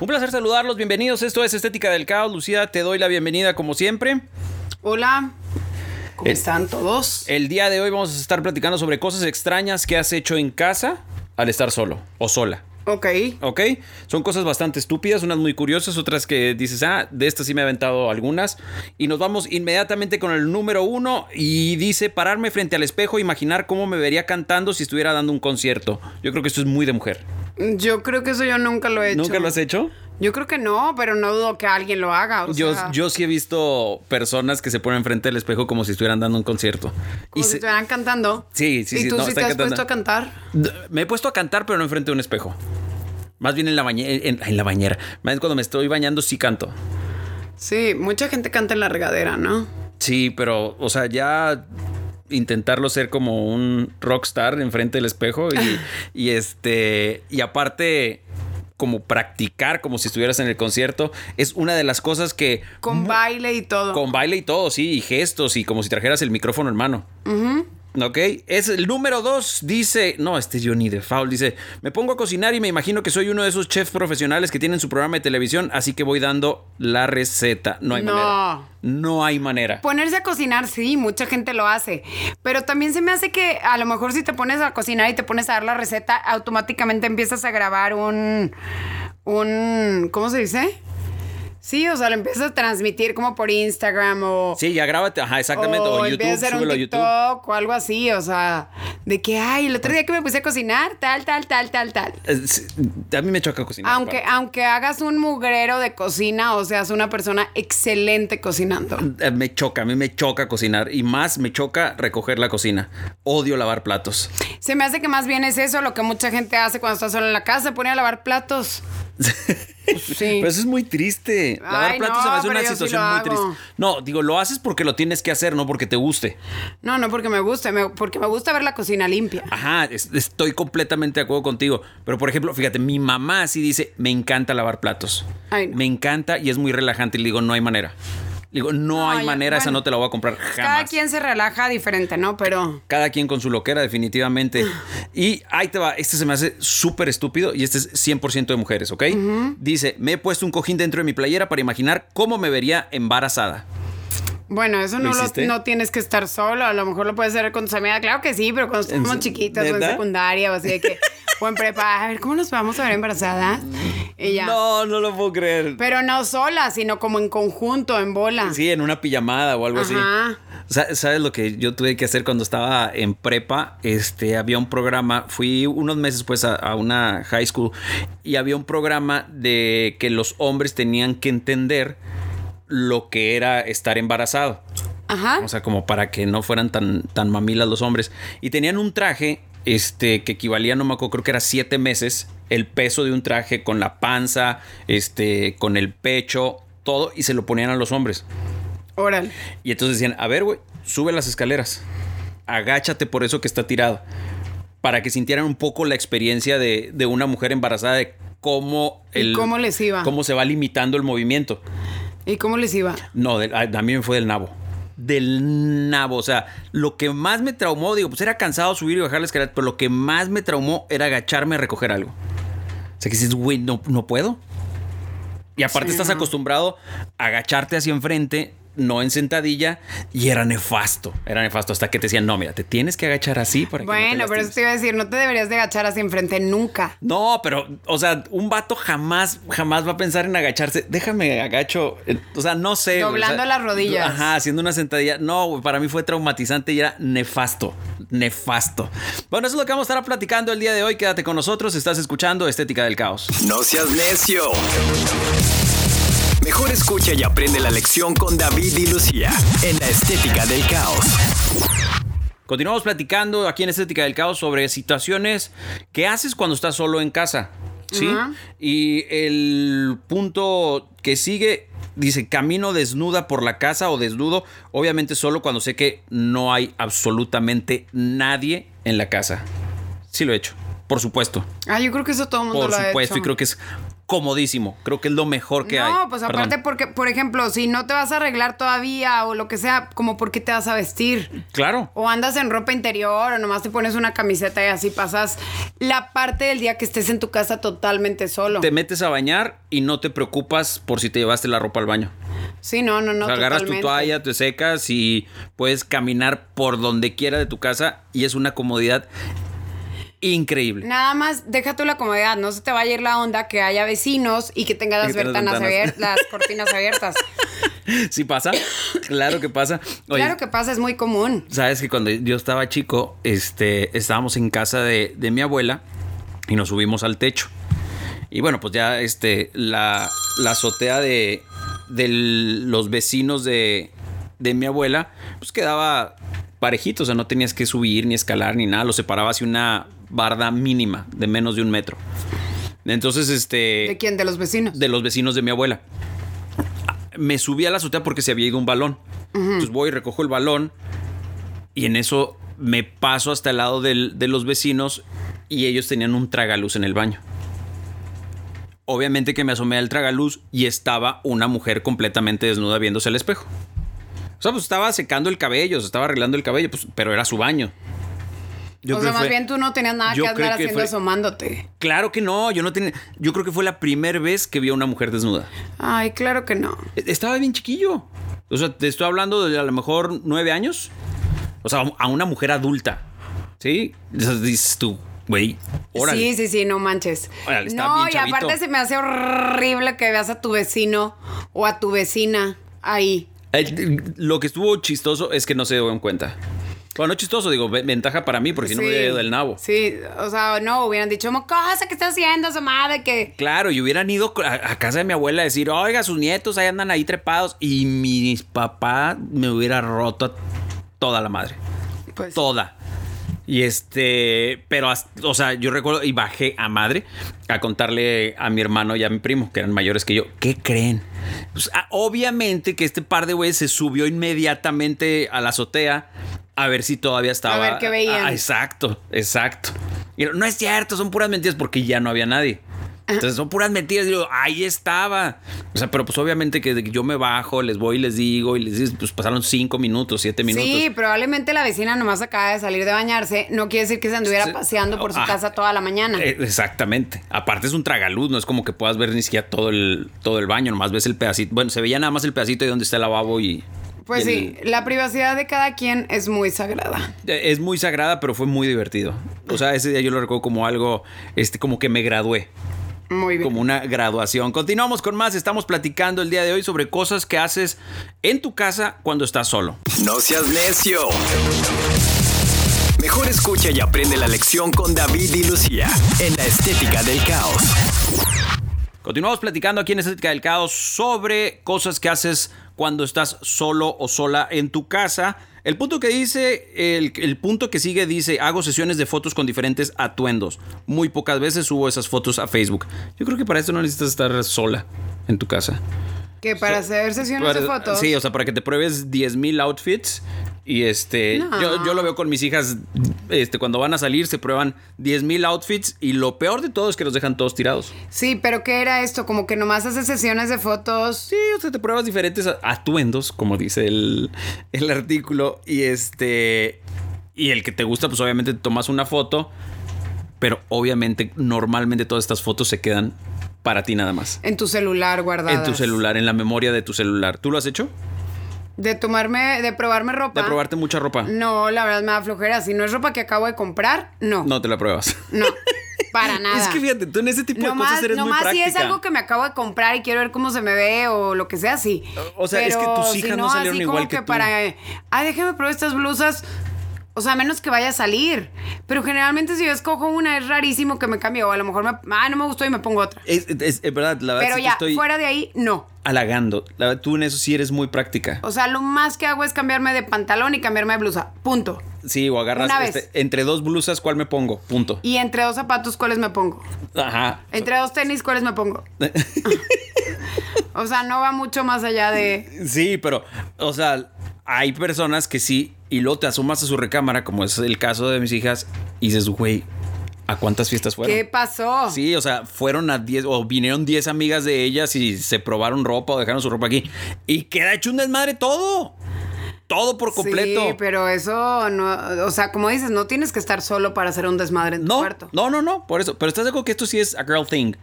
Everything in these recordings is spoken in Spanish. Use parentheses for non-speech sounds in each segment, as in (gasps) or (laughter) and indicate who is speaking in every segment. Speaker 1: Un placer saludarlos, bienvenidos. Esto es Estética del Caos. Lucía, te doy la bienvenida como siempre.
Speaker 2: Hola,
Speaker 1: Eh,
Speaker 2: ¿cómo están todos?
Speaker 1: El día de hoy vamos a estar platicando sobre cosas extrañas que has hecho en casa al estar solo o sola.
Speaker 2: Ok,
Speaker 1: ¿Ok? Son cosas bastante estúpidas, unas muy curiosas, otras que dices, ah, de estas sí me he aventado algunas. Y nos vamos inmediatamente con el número uno y dice, pararme frente al espejo e imaginar cómo me vería cantando si estuviera dando un concierto. Yo creo que esto es muy de mujer.
Speaker 2: yo creo que eso yo nunca lo he hecho.
Speaker 1: ¿Nunca lo has hecho?
Speaker 2: Yo creo que no, pero no dudo que alguien lo haga. o
Speaker 1: Yo,
Speaker 2: sea,
Speaker 1: yo sí he visto personas que se ponen frente al espejo como si estuvieran dando un concierto.
Speaker 2: como
Speaker 1: Y
Speaker 2: si
Speaker 1: se-
Speaker 2: estuvieran cantando.
Speaker 1: Sí, sí,
Speaker 2: ¿Y
Speaker 1: sí,
Speaker 2: tú
Speaker 1: no,
Speaker 2: sí te
Speaker 1: están
Speaker 2: has
Speaker 1: cantando.
Speaker 2: puesto a cantar?
Speaker 1: D- Me he puesto a cantar, pero no enfrente de un espejo. Más bien en la, bañe- en, en la bañera. Más bien cuando me estoy bañando sí canto.
Speaker 2: Sí, mucha gente canta en la regadera, ¿no?
Speaker 1: Sí, pero, o sea, ya intentarlo ser como un rockstar enfrente del espejo y,
Speaker 2: (laughs)
Speaker 1: y este y aparte como practicar como si estuvieras en el concierto es una de las cosas que
Speaker 2: Con baile y todo.
Speaker 1: Con baile y todo, sí, y gestos, y como si trajeras el micrófono en mano. Ok, es el número dos, dice, no, este yo ni de foul, dice, me pongo a cocinar y me imagino que soy uno de esos chefs profesionales que tienen su programa de televisión, así que voy dando la receta. No hay
Speaker 2: No. Pues,
Speaker 1: manera. No hay manera.
Speaker 2: Ponerse a cocinar, sí, mucha gente lo hace. Pero también se me hace que a lo mejor si te pones a cocinar y te pones a dar la receta, automáticamente empiezas a grabar un. un ¿Cómo se dice? Sí, o sea, lo empiezas a transmitir como por Instagram o.
Speaker 1: Sí, ya grábate, ajá, exactamente, o,
Speaker 2: O,
Speaker 1: YouTube,
Speaker 2: empiezas a hacer un
Speaker 1: súbelo a YouTube.
Speaker 2: TikTok o algo así, o sea, de que, ay, el otro día que me puse a cocinar, tal, tal, tal, tal, tal.
Speaker 1: Eh, sí, A mí me choca cocinar.
Speaker 2: Aunque, aunque hagas un mugrero de cocina o seas una persona excelente cocinando.
Speaker 1: Eh, Me choca, a mí me choca cocinar y más me choca recoger la cocina. Odio lavar platos.
Speaker 2: Se me hace que más bien es eso lo que mucha gente hace cuando está sola en la casa, se pone a
Speaker 1: (laughs)
Speaker 2: lavar platos. Sí.
Speaker 1: Pero eso es muy triste. Lavar
Speaker 2: Ay,
Speaker 1: platos
Speaker 2: no,
Speaker 1: a veces es
Speaker 2: pero
Speaker 1: una
Speaker 2: yo sí
Speaker 1: situación
Speaker 2: lo
Speaker 1: muy
Speaker 2: hago.
Speaker 1: triste. No, digo, lo haces porque lo tienes que hacer, no porque te guste.
Speaker 2: No, no porque me gusta, me- porque me gusta ver la cocina limpia.
Speaker 1: Ajá, es- estoy completamente de acuerdo contigo. Pero, por ejemplo, fíjate, mi mamá sí dice, me encanta lavar platos.
Speaker 2: Ay, no.
Speaker 1: Me encanta y es muy relajante. Y le digo, no hay manera. Le digo, no,
Speaker 2: No,
Speaker 1: hay
Speaker 2: ya-
Speaker 1: manera, esa
Speaker 2: bueno.
Speaker 1: no te la voy a comprar jamás.
Speaker 2: Cada quien se relaja diferente, ¿no? Pero
Speaker 1: Cada quien con su loquera, definitivamente. Y ahí te va, este se me hace súper estúpido y este es 100% de mujeres, ¿ok? Dice, me he puesto un cojín dentro de mi playera para imaginar cómo me vería embarazada.
Speaker 2: bueno, eso
Speaker 1: ¿Lo
Speaker 2: no, lo-
Speaker 1: hiciste?
Speaker 2: no tienes que estar solo. A lo mejor lo puedes hacer con tus amigas. Claro que sí, pero cuando
Speaker 1: ¿En-
Speaker 2: estamos chiquitas o
Speaker 1: verdad?
Speaker 2: en secundaria o así de que. o en prepa. A ver, ¿cómo nos vamos a ver embarazadas? Y ya.
Speaker 1: No, no lo puedo creer.
Speaker 2: Pero no sola, sino como en conjunto, en bola.
Speaker 1: Sí, en una pijamada o algo
Speaker 2: Ajá.
Speaker 1: así. Sa- ¿Sabes lo que yo tuve que hacer cuando estaba en prepa? Este, había un programa, fui unos meses pues a, a una high school y había un programa de que los hombres tenían que entender lo que era estar embarazado.
Speaker 2: Ajá.
Speaker 1: O sea, como para que no fueran tan, tan mamilas los hombres. Y tenían un traje este, que equivalía, no me acuerdo, creo que era siete meses. El peso de un traje con la panza, este, con el pecho, todo. Y se lo ponían a los hombres.
Speaker 2: Órale.
Speaker 1: Y entonces decían, a ver, güey, sube las escaleras. Agáchate por eso que está tirado. Para que sintieran un poco la experiencia de, de una mujer embarazada de cómo...
Speaker 2: ¿Y cómo les iba?
Speaker 1: Cómo se va limitando el movimiento.
Speaker 2: ¿Y cómo les iba?
Speaker 1: No, del- a, a mí me fue del nabo. Del nabo. O sea, lo que más me traumó, digo, pues era cansado subir y bajar la escalera, pero lo que más me traumó era agacharme a recoger algo. O sea, que dices, güey, no, no puedo. Y aparte
Speaker 2: Sí,
Speaker 1: estás
Speaker 2: no.
Speaker 1: acostumbrado a agacharte hacia enfrente, no en sentadilla, y era nefasto. Era nefasto hasta que te decían, no, mira, te tienes que agachar así para que no te
Speaker 2: Bueno, pero eso
Speaker 1: lastimes".
Speaker 2: te iba a decir, no te deberías de agachar así enfrente nunca.
Speaker 1: No, pero, o sea, un vato jamás, jamás va a pensar en agacharse. Déjame agacho. eh, O sea, no sé. güey, o
Speaker 2: Doblando
Speaker 1: sea,
Speaker 2: las rodillas.
Speaker 1: Ajá, haciendo una sentadilla. No, güey, para mí fue traumatizante y era nefasto. Nefasto. Bueno, eso es lo que vamos a estar platicando el día de hoy. Quédate con nosotros. Estás escuchando Estética del Caos.
Speaker 3: No seas necio. Mejor escucha y aprende la lección con David y Lucía en la Estética del Caos.
Speaker 1: Continuamos platicando aquí en Estética del Caos sobre situaciones que haces cuando estás solo en casa. ¿Sí?
Speaker 2: Ajá.
Speaker 1: Y el punto que sigue dice: camino desnuda por la casa o desnudo, obviamente solo cuando sé que no hay absolutamente nadie en la casa. Sí, lo he hecho. Por supuesto.
Speaker 2: Ah, yo creo que eso todo el mundo
Speaker 1: Por
Speaker 2: lo ha
Speaker 1: supuesto.
Speaker 2: hecho.
Speaker 1: Y creo que es comodísimo. Creo que es lo mejor que hay.
Speaker 2: No, pues
Speaker 1: Perdón.
Speaker 2: aparte porque, por ejemplo, si no te vas a arreglar todavía o lo que sea, como por qué te vas a vestir.
Speaker 1: Claro.
Speaker 2: O andas en ropa interior o nomás te pones una camiseta y así pasas la parte del día que estés en tu casa totalmente solo.
Speaker 1: Te metes a bañar y no te preocupas por si te llevaste la ropa al baño.
Speaker 2: Sí, no, no, no.
Speaker 1: O sea, agarras
Speaker 2: totalmente.
Speaker 1: tu toalla, te secas y puedes caminar por donde quiera de tu casa y es una comodidad increíble.
Speaker 2: Nada más, deja tú la comodidad, no se te vaya a ir la onda que haya vecinos y que tenga las,
Speaker 1: Y que tenga las
Speaker 2: ventanas
Speaker 1: ventanas.
Speaker 2: abier- las cortinas abiertas.
Speaker 1: ¿Sí
Speaker 2: (coughs)
Speaker 1: pasa? Claro que pasa. (laughs) Oye,
Speaker 2: Claro que pasa, es muy común.
Speaker 1: Sabes que cuando yo estaba chico, este, estábamos en casa de, de mi abuela y nos subimos al techo. Y bueno, pues ya este, la, la azotea de, de los vecinos de, de mi abuela, pues quedaba parejito, o sea, no tenías que subir ni escalar ni nada, lo separaba así una barda mínima de menos de un metro. Entonces, este
Speaker 2: ¿De quién? De los vecinos.
Speaker 1: de los vecinos de mi abuela. Me subí a la azotea porque se había ido un balón. Entonces voy, recojo el balón y en eso me paso hasta el lado del- de los vecinos y ellos tenían un tragaluz en el baño. Obviamente que me asomé al tragaluz y estaba una mujer completamente desnuda viéndose al espejo. O sea, pues estaba secando el cabello, se estaba arreglando el cabello, pues, pero era su baño. Yo creo
Speaker 2: o sea,
Speaker 1: que
Speaker 2: más
Speaker 1: fue-
Speaker 2: bien tú no tenías nada
Speaker 1: yo
Speaker 2: que
Speaker 1: creo
Speaker 2: andar
Speaker 1: que
Speaker 2: haciendo
Speaker 1: fue-
Speaker 2: asomándote.
Speaker 1: Claro que no, yo no tenía. Yo creo que fue la primera vez que vi a una mujer desnuda.
Speaker 2: Ay, claro que no.
Speaker 1: Estaba bien chiquillo. O sea, te estoy hablando de a lo mejor nueve años. O sea, a una mujer adulta. ¿Sí? O sea, dices tú, güey, órale.
Speaker 2: Sí, sí, sí, no manches.
Speaker 1: Órale, está
Speaker 2: no,
Speaker 1: bien
Speaker 2: y aparte
Speaker 1: chavito.
Speaker 2: se me hace horrible que veas a tu vecino o a tu vecina ahí.
Speaker 1: Eh, Lo que estuvo chistoso es que no se dieron cuenta. Bueno, no chistoso, digo, ve- ventaja para mí, porque si no
Speaker 2: Sí.
Speaker 1: me hubiera ido del nabo.
Speaker 2: Sí, o sea, no, hubieran dicho, "Mo, cosa que estás haciendo, su madre, que...
Speaker 1: Claro, y hubieran ido a, a casa de mi abuela a decir, oiga, sus nietos ahí andan ahí trepados. Y mis papás me hubiera roto a toda la madre.
Speaker 2: Pues,
Speaker 1: toda. Y este, pero, as- o sea, yo recuerdo y bajé a madre a contarle a mi hermano y a mi primo, que eran mayores que yo, ¿qué creen? Pues, ah, obviamente que este par de güeyes se subió inmediatamente a la azotea a ver si todavía estaba.
Speaker 2: ver qué veían.
Speaker 1: Ah, exacto, exacto. Y yo, no es cierto, son puras mentiras porque ya no había nadie. Entonces son puras mentiras. Digo, ahí estaba. O sea, pero pues obviamente que de que yo me bajo, les voy y les digo, y les digo, pues pasaron cinco minutos, siete minutos.
Speaker 2: Sí, probablemente la vecina nomás acaba de salir de bañarse. No quiere decir que se anduviera
Speaker 1: Sí.
Speaker 2: paseando por su
Speaker 1: Ah,
Speaker 2: casa toda la mañana.
Speaker 1: Eh, Exactamente. Aparte es un tragaluz, no es como que puedas ver ni siquiera todo el, todo el baño, nomás ves el pedacito. Bueno, se veía nada más el pedacito de donde está el lavabo y...
Speaker 2: pues
Speaker 1: y
Speaker 2: sí, la privacidad de cada quien es muy sagrada.
Speaker 1: el- eh, es muy sagrada, pero fue muy divertido. O sea, ese día yo lo recuerdo como algo, este, como que me gradué,
Speaker 2: Muy bien.
Speaker 1: como una graduación. Continuamos con más, estamos platicando el día de hoy sobre cosas que haces en tu casa cuando estás solo.
Speaker 3: No seas necio. Mejor escucha y aprende la lección con David y Lucía en la estética del caos.
Speaker 1: Continuamos platicando aquí en Estética del Caos sobre cosas que haces cuando estás solo o sola en tu casa. El punto que dice, el, el punto que sigue dice, hago sesiones de fotos con diferentes atuendos. Muy pocas veces subo esas fotos a Facebook. Yo creo que para esto no necesitas estar sola en tu casa.
Speaker 2: que para hacer sesiones de
Speaker 1: Para-
Speaker 2: fotos.
Speaker 1: Sí, o sea, para que te pruebes 10.000 outfits. Y este,
Speaker 2: No.
Speaker 1: yo, yo lo veo con mis hijas, este, cuando van a salir se prueban 10.000 outfits y lo peor de todo es que los dejan todos tirados.
Speaker 2: Sí, pero ¿qué era esto? Como que nomás haces sesiones de fotos.
Speaker 1: Sí, o sea, te pruebas diferentes a- atuendos, como dice el, el artículo, y este. Y el que te gusta, pues obviamente te tomas una foto, pero obviamente, normalmente todas estas fotos se quedan para ti nada más.
Speaker 2: En tu celular guardadas.
Speaker 1: En tu celular, en la memoria de tu celular. ¿Tú lo has hecho?
Speaker 2: De tomarme, de probarme ropa.
Speaker 1: De probarte mucha ropa.
Speaker 2: No, la verdad me da flojera. Si no es ropa que acabo de comprar, no. No.
Speaker 1: No te la pruebas.
Speaker 2: para
Speaker 1: (laughs)
Speaker 2: nada.
Speaker 1: Es que fíjate, tú en ese tipo de
Speaker 2: Nomás,
Speaker 1: cosas eres muy
Speaker 2: nomás
Speaker 1: práctica.
Speaker 2: si es algo que me acabo de comprar y quiero ver cómo se me ve o lo que sea, sí.
Speaker 1: O sea, es que tus
Speaker 2: si
Speaker 1: hijas no salieron
Speaker 2: así
Speaker 1: igual
Speaker 2: como
Speaker 1: que tú.
Speaker 2: para, eh, ay, déjame probar estas blusas. O sea, a menos que vaya a salir. Pero generalmente si yo escojo una es rarísimo que me cambie o a lo mejor me, ah, no me gustó y me pongo otra.
Speaker 1: Es, es- es verdad, la verdad
Speaker 2: Pero
Speaker 1: sí te
Speaker 2: ya,
Speaker 1: estoy
Speaker 2: fuera de ahí, no.
Speaker 1: halagando. La verdad, tú en eso sí eres muy práctica.
Speaker 2: O sea, lo más que hago es cambiarme de pantalón y cambiarme de blusa. Punto.
Speaker 1: Sí, o agarras
Speaker 2: Una vez.
Speaker 1: este, entre dos blusas, ¿cuál me pongo? Punto.
Speaker 2: Y entre dos zapatos, ¿cuáles me pongo?
Speaker 1: Ajá.
Speaker 2: Entre dos tenis, ¿cuáles
Speaker 1: (laughs)
Speaker 2: me pongo? (laughs) o sea, no va mucho más allá de...
Speaker 1: Sí, pero, o sea, hay personas que sí, y luego te asomas a su recámara, como es el caso de mis hijas, y dices, güey, ¿a cuántas fiestas fueron?
Speaker 2: ¿Qué pasó?
Speaker 1: Sí, o sea, fueron a 10 o vinieron 10 amigas de ellas y se probaron ropa o dejaron su ropa aquí. Y queda hecho un desmadre todo. Todo por completo.
Speaker 2: Sí, pero eso no, o sea, como dices, no tienes que estar solo para hacer un desmadre en tu
Speaker 1: no,
Speaker 2: cuarto.
Speaker 1: no, no, no, por eso. Pero estás de acuerdo que esto sí es a girl thing.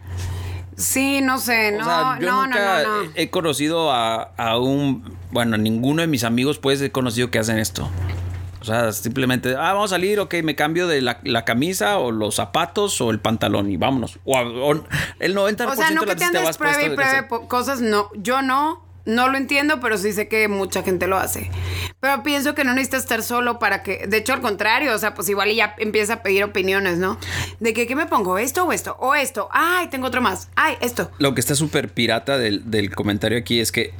Speaker 2: Sí, no sé,
Speaker 1: O
Speaker 2: no,
Speaker 1: sea, yo
Speaker 2: no,
Speaker 1: nunca
Speaker 2: no, no, no.
Speaker 1: he conocido a, a un. Bueno, ninguno de mis amigos, pues, he conocido que hacen esto. O sea, simplemente, ah, vamos a salir, ok, me cambio de la, la camisa o los zapatos o el pantalón y vámonos. O, a- o el 90%
Speaker 2: O sea, no
Speaker 1: de las veces
Speaker 2: que te
Speaker 1: te
Speaker 2: andes
Speaker 1: vas pues,
Speaker 2: pruebe
Speaker 1: puesto
Speaker 2: y
Speaker 1: de
Speaker 2: pruebe
Speaker 1: casa.
Speaker 2: po- cosas, no, yo no, no lo entiendo, pero sí sé que mucha gente lo hace. Pero pienso que no necesitas estar solo para que, de hecho al contrario, o sea, pues igual y ya empieza a pedir opiniones, ¿no? De que, ¿qué me pongo? ¿Esto o esto? ¿O esto? Ay, tengo otro más. Ay, esto.
Speaker 1: Lo que está súper pirata del, del comentario aquí es que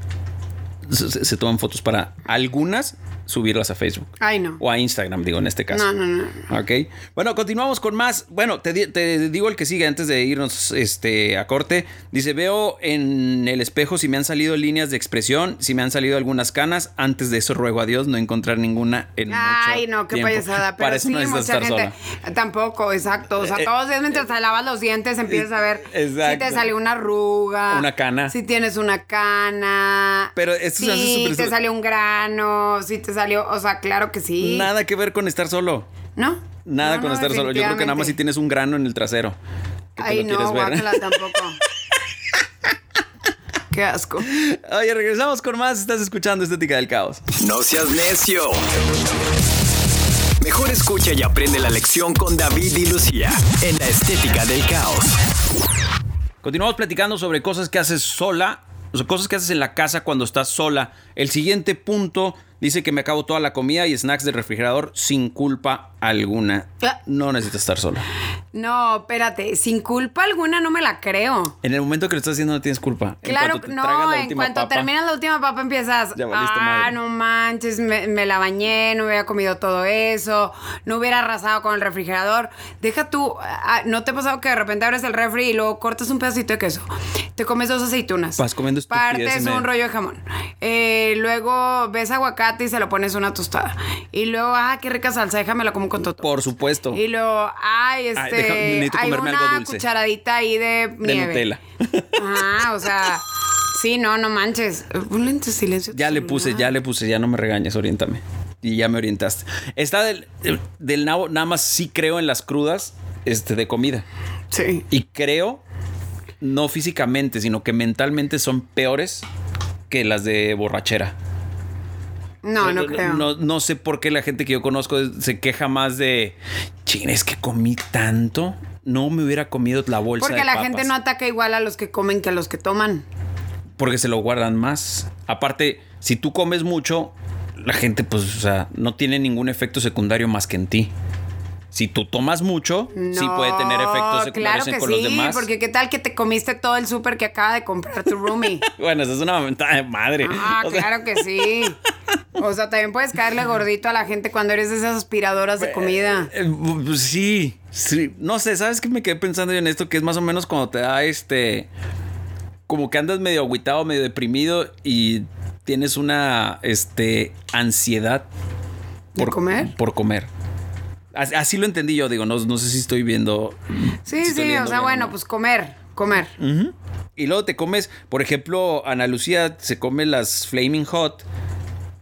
Speaker 1: se, se- se toman fotos para algunas subirlas a Facebook.
Speaker 2: Ay, no.
Speaker 1: O a Instagram, digo, en este caso.
Speaker 2: No, no, no.
Speaker 1: Ok. Bueno, continuamos con más. Bueno, te, di- te digo el que sigue antes de irnos este, a corte. Dice, veo en el espejo si me han salido líneas de expresión, si me han salido algunas canas. Antes de eso ruego a Dios no encontrar ninguna en
Speaker 2: Ay,
Speaker 1: mucho
Speaker 2: no, qué
Speaker 1: tiempo". (laughs)
Speaker 2: payasada. Pero
Speaker 1: Para eso
Speaker 2: sí,
Speaker 1: no necesitas
Speaker 2: mucha
Speaker 1: estar
Speaker 2: gente.
Speaker 1: sola.
Speaker 2: Tampoco, exacto. O sea,
Speaker 1: Eh,
Speaker 2: todos los días mientras te lavas los dientes empiezas a ver si
Speaker 1: Exacto.
Speaker 2: te salió una arruga.
Speaker 1: Una cana.
Speaker 2: Si tienes una cana.
Speaker 1: Pero esto se hace
Speaker 2: Si
Speaker 1: súper-
Speaker 2: te salió un grano. Si te salió. O sea, claro que sí.
Speaker 1: Nada que ver con estar solo.
Speaker 2: ¿No?
Speaker 1: Nada
Speaker 2: No,
Speaker 1: con
Speaker 2: no,
Speaker 1: estar solo. Yo creo que nada más si
Speaker 2: definitivamente.
Speaker 1: tienes un grano en el trasero. que te
Speaker 2: Ay,
Speaker 1: lo
Speaker 2: no,
Speaker 1: quieres ver.
Speaker 2: guácala tampoco. Qué
Speaker 1: (laughs)
Speaker 2: asco.
Speaker 1: Oye, regresamos con más. Estás escuchando Estética del Caos.
Speaker 3: No seas necio. Mejor escucha y aprende la lección con David y Lucía en la estética del caos.
Speaker 1: Continuamos platicando sobre cosas que haces sola, o sea, cosas que haces en la casa cuando estás sola. El siguiente punto dice que me acabo toda la comida y snacks del refrigerador sin culpa alguna.
Speaker 2: Ah.
Speaker 1: No necesitas estar sola.
Speaker 2: No, espérate. Sin culpa alguna no me la creo.
Speaker 1: En el momento que lo estás haciendo no tienes culpa. En
Speaker 2: Claro,
Speaker 1: cuanto te tragas
Speaker 2: no,
Speaker 1: la
Speaker 2: en
Speaker 1: última
Speaker 2: cuanto
Speaker 1: papa-
Speaker 2: terminas la última papa empiezas,
Speaker 1: Ya valiste
Speaker 2: ah,
Speaker 1: madre".
Speaker 2: no manches, me, me la bañé, no hubiera comido todo eso, no hubiera arrasado con el refrigerador. Deja tú, ah, ¿no te ha pasado que de repente abres el refri y luego cortas un pedacito de queso? Te comes dos aceitunas.
Speaker 1: Vas comiendo estupideces
Speaker 2: Partes
Speaker 1: en
Speaker 2: un
Speaker 1: el-
Speaker 2: rollo de jamón. Eh, luego ves aguacate y se lo pones una tostada. Y luego, ah, qué rica salsa, déjamela como con todo.
Speaker 1: Por supuesto.
Speaker 2: Y luego, ay,
Speaker 1: Oh.
Speaker 2: este,
Speaker 1: Ay, deja- necesito
Speaker 2: hay
Speaker 1: comerme
Speaker 2: una
Speaker 1: algo dulce.
Speaker 2: cucharadita ahí de nieve.
Speaker 1: Nutella.
Speaker 2: Ah, o sea, sí, no, no manches. Un lento silencio.
Speaker 1: Ya le puse, ya le puse, ya no me regañes, oriéntame. Y ya me orientaste. Está del, del nabo, nada más sí creo en las crudas este, de comida.
Speaker 2: Sí.
Speaker 1: Y creo, no físicamente, sino que mentalmente son peores que las de borrachera.
Speaker 2: No, no creo.
Speaker 1: No, no sé por qué la gente que yo conozco se queja más de, ching, es que comí tanto, no me hubiera comido la bolsa
Speaker 2: Porque
Speaker 1: de
Speaker 2: la
Speaker 1: papas".
Speaker 2: gente no ataca igual a los que comen que a los que toman.
Speaker 1: Porque se lo guardan más. Aparte, si tú comes mucho, la gente, pues, o sea, no tiene ningún efecto secundario más que en ti. Si tú tomas mucho, sí
Speaker 2: No,
Speaker 1: puede tener efectos secundarios
Speaker 2: claro que
Speaker 1: en- con
Speaker 2: sí,
Speaker 1: los demás.
Speaker 2: Porque qué tal que te comiste todo el súper que acaba de comprar
Speaker 1: (laughs)
Speaker 2: tu roomie.
Speaker 1: Bueno, esa es una mentada de madre.
Speaker 2: Ah,
Speaker 1: O sea,
Speaker 2: claro que sí. O sea, también puedes caerle gordito a la gente cuando eres de esas aspiradoras de comida.
Speaker 1: Eh, bu- bu- sí, sí. No sé, ¿sabes qué me quedé pensando yo en esto? Que es más o menos cuando te da este. Como que andas medio agüitado, medio deprimido y tienes una este, ansiedad.
Speaker 2: ¿De comer?
Speaker 1: Por comer. As- Así, lo entendí yo, digo, no, no sé si estoy viendo. si
Speaker 2: Sí,
Speaker 1: estoy
Speaker 2: sí, o
Speaker 1: leyendo
Speaker 2: sea,
Speaker 1: bien,
Speaker 2: bueno,
Speaker 1: ¿no?
Speaker 2: pues comer, comer.
Speaker 1: Y luego te comes, por ejemplo, Ana Lucía se come las Flaming Hot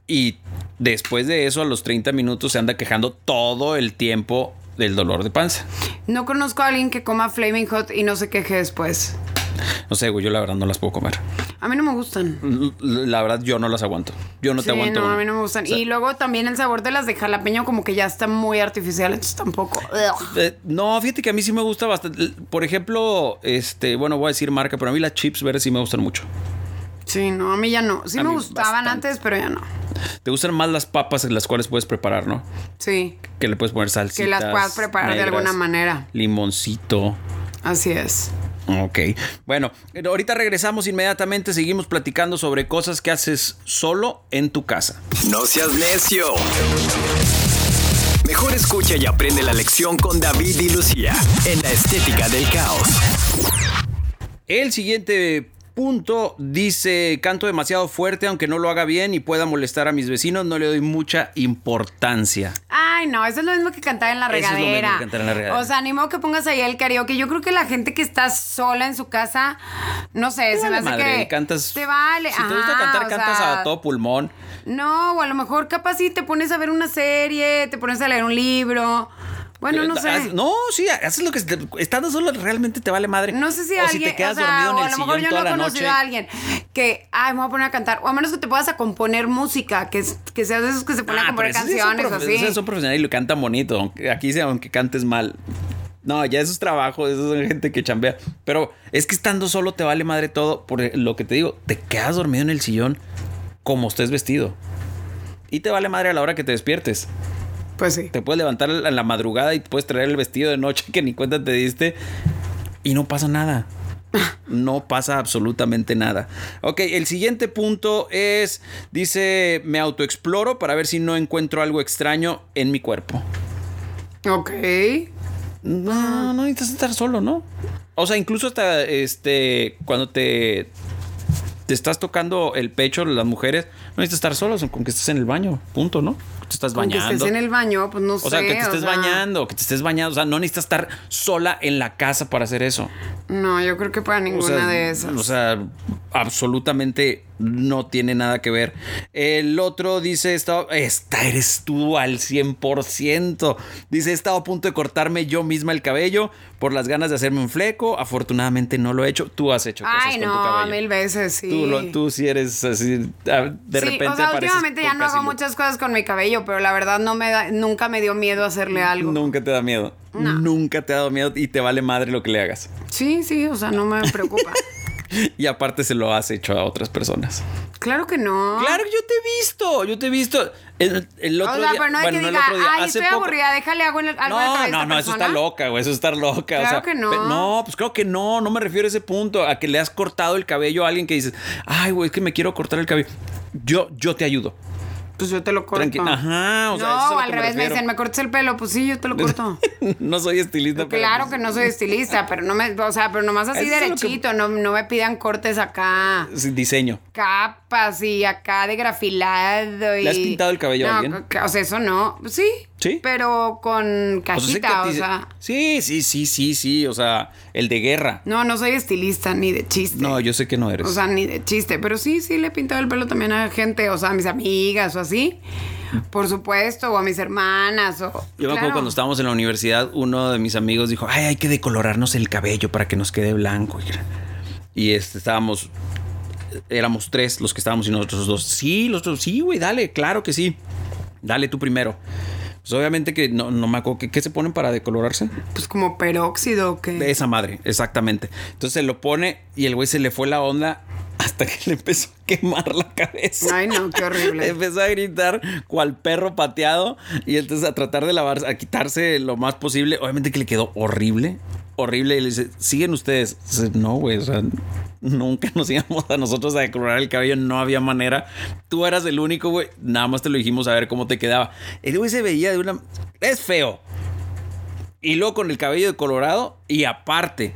Speaker 1: y después de eso, a los 30 minutos, se anda quejando todo el tiempo del dolor de panza.
Speaker 2: No conozco a alguien que coma Flaming Hot y no se queje después.
Speaker 1: No sé, güey, yo la verdad no las puedo comer.
Speaker 2: A mí no me gustan.
Speaker 1: L- La verdad, yo no las aguanto. Yo no
Speaker 2: Sí,
Speaker 1: te aguanto.
Speaker 2: no,
Speaker 1: una.
Speaker 2: a mí no me gustan.
Speaker 1: O sea,
Speaker 2: y luego también el sabor de las de jalapeño como que ya está muy artificial, entonces tampoco. Ugh.
Speaker 1: eh, no, fíjate que a mí sí me gusta bastante. L- Por ejemplo, este, bueno, voy a decir marca, pero a mí las chips verdes sí me gustan mucho.
Speaker 2: Sí, no, a mí ya no. Sí
Speaker 1: A
Speaker 2: me
Speaker 1: mí
Speaker 2: gustaban
Speaker 1: bastante.
Speaker 2: antes, pero ya no.
Speaker 1: Te gustan más las papas en las cuales puedes preparar, ¿no?
Speaker 2: Sí.
Speaker 1: Que le puedes poner salsitas.
Speaker 2: Que las puedas preparar de
Speaker 1: negras,
Speaker 2: alguna manera.
Speaker 1: Limoncito.
Speaker 2: Así es.
Speaker 1: Ok. Bueno, ahorita regresamos inmediatamente. Seguimos platicando sobre cosas que haces solo en tu casa.
Speaker 3: No seas necio. Mejor escucha y aprende la lección con David y Lucía en la estética del caos.
Speaker 1: El siguiente punto dice, canto demasiado fuerte aunque no lo haga bien y pueda molestar a mis vecinos, no le doy mucha importancia.
Speaker 2: Ay, no, eso es lo mismo que cantar en la
Speaker 1: Eso es lo
Speaker 2: regadera.
Speaker 1: mismo que cantar en la regadera.
Speaker 2: O sea, animo que pongas ahí el karaoke. Yo creo que la gente que está sola en su casa, no sé, se me
Speaker 1: Vale
Speaker 2: hace
Speaker 1: madre,
Speaker 2: que
Speaker 1: cantas.
Speaker 2: te vale.
Speaker 1: Si te gusta
Speaker 2: Ajá,
Speaker 1: cantar,
Speaker 2: o
Speaker 1: cantas
Speaker 2: sea,
Speaker 1: a todo pulmón.
Speaker 2: No, o a lo mejor capaz sí te pones a ver una serie, te pones a leer un libro. Bueno, no sé.
Speaker 1: Haz- Eh, No, sí, haces lo que se te- estando solo realmente te vale madre.
Speaker 2: No sé si
Speaker 1: o
Speaker 2: alguien.
Speaker 1: si te quedas
Speaker 2: o sea,
Speaker 1: dormido en
Speaker 2: o
Speaker 1: el
Speaker 2: a lo mejor
Speaker 1: sillón
Speaker 2: yo
Speaker 1: toda
Speaker 2: no he
Speaker 1: la
Speaker 2: conocido
Speaker 1: noche.
Speaker 2: a alguien que, ay, me voy a poner a cantar. O a menos que te puedas a componer música, que, es- que seas de esos que se ponen a
Speaker 1: Ah,
Speaker 2: componer
Speaker 1: pero esos sí son
Speaker 2: canciones o
Speaker 1: profe-
Speaker 2: así.
Speaker 1: esos son profesionales y lo cantan bonito. aunque- Aquí sea aunque cantes mal. No, ya eso es trabajo, eso es gente que chambea. Pero es que estando solo te vale madre todo. Por lo que te digo, te quedas dormido en el sillón como estés vestido. Y te vale madre a la hora que te despiertes.
Speaker 2: Pues sí.
Speaker 1: Te puedes levantar en la madrugada y te puedes traer el vestido de noche que ni cuenta te diste. Y no pasa nada. No pasa absolutamente nada. Ok, el siguiente punto es, dice, me autoexploro para ver si no encuentro algo extraño en mi cuerpo.
Speaker 2: Ok.
Speaker 1: No, no necesitas estar solo, ¿no? O sea, incluso hasta este, cuando te, te estás tocando el pecho, las mujeres, no necesitas estar solos, con que estés en el baño, punto, ¿no? Te estás
Speaker 2: Con que
Speaker 1: bañando.
Speaker 2: estés en el baño, pues no sé.
Speaker 1: O sea, que te estés
Speaker 2: sea,
Speaker 1: bañando, que te estés bañando. O sea, no necesitas estar sola en la casa para hacer eso.
Speaker 2: No, yo creo que para
Speaker 1: O
Speaker 2: ninguna
Speaker 1: sea,
Speaker 2: de esas.
Speaker 1: O sea, absolutamente no tiene nada que ver. El otro dice, "Estaba- esta eres tú al 100%. Dice, he estado a punto de cortarme yo misma el cabello por las ganas de hacerme un fleco. Afortunadamente no lo he hecho. Tú has hecho cosas
Speaker 2: Ay,
Speaker 1: con tu
Speaker 2: no,
Speaker 1: cabello.
Speaker 2: mil veces, sí.
Speaker 1: Tú, lo- tú sí eres así, ah, de
Speaker 2: sí,
Speaker 1: repente
Speaker 2: o sea,
Speaker 1: apareces
Speaker 2: últimamente ya
Speaker 1: con
Speaker 2: no hago
Speaker 1: casi-
Speaker 2: muchas cosas con mi cabello, pero la verdad no me da, nunca me dio miedo hacerle
Speaker 1: Mm,
Speaker 2: algo.
Speaker 1: Nunca te da miedo. Nunca te ha dado miedo y te vale madre lo que le hagas.
Speaker 2: Sí, sí, o sea, no me
Speaker 1: (laughs)
Speaker 2: preocupa.
Speaker 1: Y aparte se lo has hecho a otras personas.
Speaker 2: claro que no.
Speaker 1: Claro, yo te he visto, yo te he visto. El, el
Speaker 2: Ah. O
Speaker 1: otro
Speaker 2: sea,
Speaker 1: día-
Speaker 2: pero no hay
Speaker 1: bueno,
Speaker 2: que
Speaker 1: el
Speaker 2: diga,
Speaker 1: otro día,
Speaker 2: ay,
Speaker 1: hace
Speaker 2: estoy
Speaker 1: poco-
Speaker 2: aburrida, déjale algo en el, algo en el
Speaker 1: No,
Speaker 2: cabello
Speaker 1: no,
Speaker 2: a esta
Speaker 1: no, eso
Speaker 2: persona".
Speaker 1: está loca, güey, eso está loca. o
Speaker 2: Claro
Speaker 1: sea,
Speaker 2: que no.
Speaker 1: pe- No, pues creo que no, no me refiero a ese punto, a que le has cortado el cabello a alguien que dices, ay, güey, es que me quiero cortar el cabello. Yo, yo te ayudo.
Speaker 2: Pues yo te lo corto.
Speaker 1: Tranqui- Ajá, o sea, eso es a
Speaker 2: no,
Speaker 1: lo
Speaker 2: al
Speaker 1: que me
Speaker 2: revés, me,
Speaker 1: refiero.
Speaker 2: dicen, me cortes el pelo, pues sí, yo
Speaker 1: (laughs)
Speaker 2: te lo corto.
Speaker 1: no soy estilista, pero-
Speaker 2: (laughs) claro que no soy estilista, pero no me, o sea, pero nomás así
Speaker 1: Eso es lo que-
Speaker 2: derechito, no, no me pidan cortes acá.
Speaker 1: pues, Sí, diseño.
Speaker 2: capas y acá de grafilado y...
Speaker 1: ¿Le has pintado el cabello a
Speaker 2: No,
Speaker 1: alguien?
Speaker 2: ca- O sea, eso no. Sí.
Speaker 1: ¿Sí?
Speaker 2: Pero con
Speaker 1: O sea, sé que
Speaker 2: cajita,
Speaker 1: a
Speaker 2: o
Speaker 1: ti-
Speaker 2: sea...
Speaker 1: Sí, sí, sí, sí, sí, o sea, el de guerra.
Speaker 2: No, no soy estilista ni de chiste.
Speaker 1: No, yo sé que no eres.
Speaker 2: O sea, ni de chiste. Pero sí, sí le he pintado el pelo también a gente, o sea, a mis amigas o así. Por supuesto, o a mis hermanas o...
Speaker 1: Yo me acuerdo
Speaker 2: Claro.
Speaker 1: cuando estábamos en la universidad, uno de mis amigos dijo, ay, hay que decolorarnos el cabello para que nos quede blanco. Y este, estábamos, éramos tres los que estábamos y nosotros dos. Sí, los otros, sí, güey, dale, claro que sí. Dale tú primero. Pues obviamente que no, no me acuerdo, ¿qué, qué se ponen para decolorarse?
Speaker 2: Pues como peróxido que...
Speaker 1: De esa madre, exactamente. Entonces se lo pone y el güey se le fue la onda hasta que le empezó a quemar la cabeza.
Speaker 2: Ay, no, qué
Speaker 1: (laughs)
Speaker 2: horrible.
Speaker 1: Empezó a gritar cual perro pateado y entonces a tratar de lavarse, a quitarse lo más posible. Obviamente que le quedó horrible, horrible. Y le dice, ¿siguen ustedes? Dice, no, güey, o sea, nunca nos íbamos a nosotros a decolorar el cabello, no había manera. Tú eras el único, güey. Nada más te lo dijimos a ver cómo te quedaba. El güey se veía de una... Es feo. Y luego con el cabello de colorado y aparte...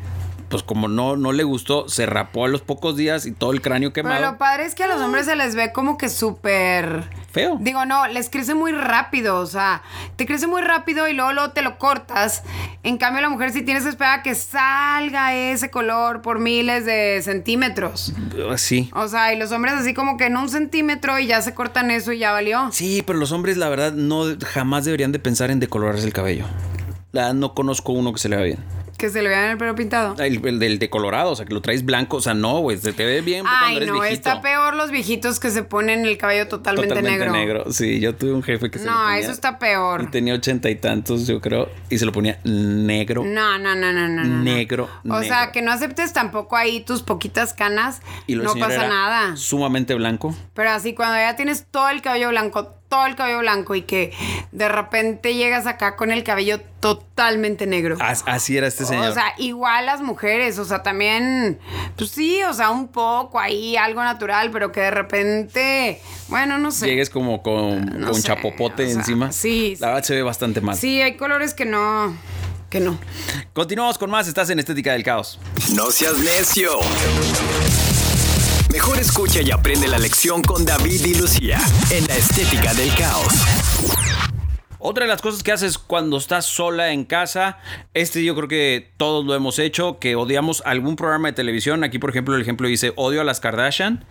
Speaker 1: Pues como no, no le gustó, se rapó a los pocos días y todo el cráneo
Speaker 2: Pero
Speaker 1: quemado.
Speaker 2: lo padre es que a los hombres se les ve como que súper...
Speaker 1: Feo.
Speaker 2: Digo, no, les crece muy rápido, o sea, te crece muy rápido y luego, luego te lo cortas. En cambio, la mujer sí tienes que esperar a que salga ese color por miles de centímetros.
Speaker 1: Sí.
Speaker 2: O sea, y los hombres así como que en un centímetro y ya se cortan eso y ya valió.
Speaker 1: Sí, pero los hombres, la verdad, no jamás deberían de pensar en decolorarse el cabello. La verdad, no conozco uno que se le va bien.
Speaker 2: Que se le vean el pelo pintado.
Speaker 1: El, el del de Colorado, o sea, que lo traes blanco, o sea, no, güey, se te ve bien pues, cuando
Speaker 2: Ay,
Speaker 1: eres
Speaker 2: no,
Speaker 1: viejito.
Speaker 2: está peor los viejitos que se ponen el cabello totalmente,
Speaker 1: Totalmente
Speaker 2: negro.
Speaker 1: Sí, yo tuve un jefe que se lo
Speaker 2: No,
Speaker 1: ponía-
Speaker 2: eso está
Speaker 1: Y
Speaker 2: peor.
Speaker 1: tenía ochenta y tantos, yo creo, y se lo ponía negro.
Speaker 2: No, no, no, no, no, no, no.
Speaker 1: Negro,
Speaker 2: O sea,
Speaker 1: negro.
Speaker 2: que no aceptes tampoco ahí tus poquitas canas.
Speaker 1: Y lo del
Speaker 2: no
Speaker 1: señor
Speaker 2: pasa
Speaker 1: era
Speaker 2: nada.
Speaker 1: Sumamente blanco.
Speaker 2: Pero así cuando ya tienes todo el cabello blanco, todo el cabello blanco y que de repente llegas acá con el cabello totalmente negro.
Speaker 1: As- así era este señor.
Speaker 2: O sea, igual las mujeres, o sea, también, pues sí, o sea, un poco ahí, algo natural, pero que de repente, bueno, no sé.
Speaker 1: Llegues como con,
Speaker 2: No
Speaker 1: con
Speaker 2: sé,
Speaker 1: chapopote
Speaker 2: o sea,
Speaker 1: encima.
Speaker 2: sí, sí.
Speaker 1: La verdad se ve bastante mal.
Speaker 2: Sí, hay colores que no, que no.
Speaker 1: Continuamos con más. Estás en Estética del Caos.
Speaker 3: No seas necio. Mejor escucha y aprende la lección con David y Lucía en la estética del caos.
Speaker 1: Otra de las cosas que haces cuando estás sola en casa, este yo creo que todos lo hemos hecho, que odiamos algún programa de televisión. Aquí, por ejemplo, el ejemplo dice odio a las Kardashian,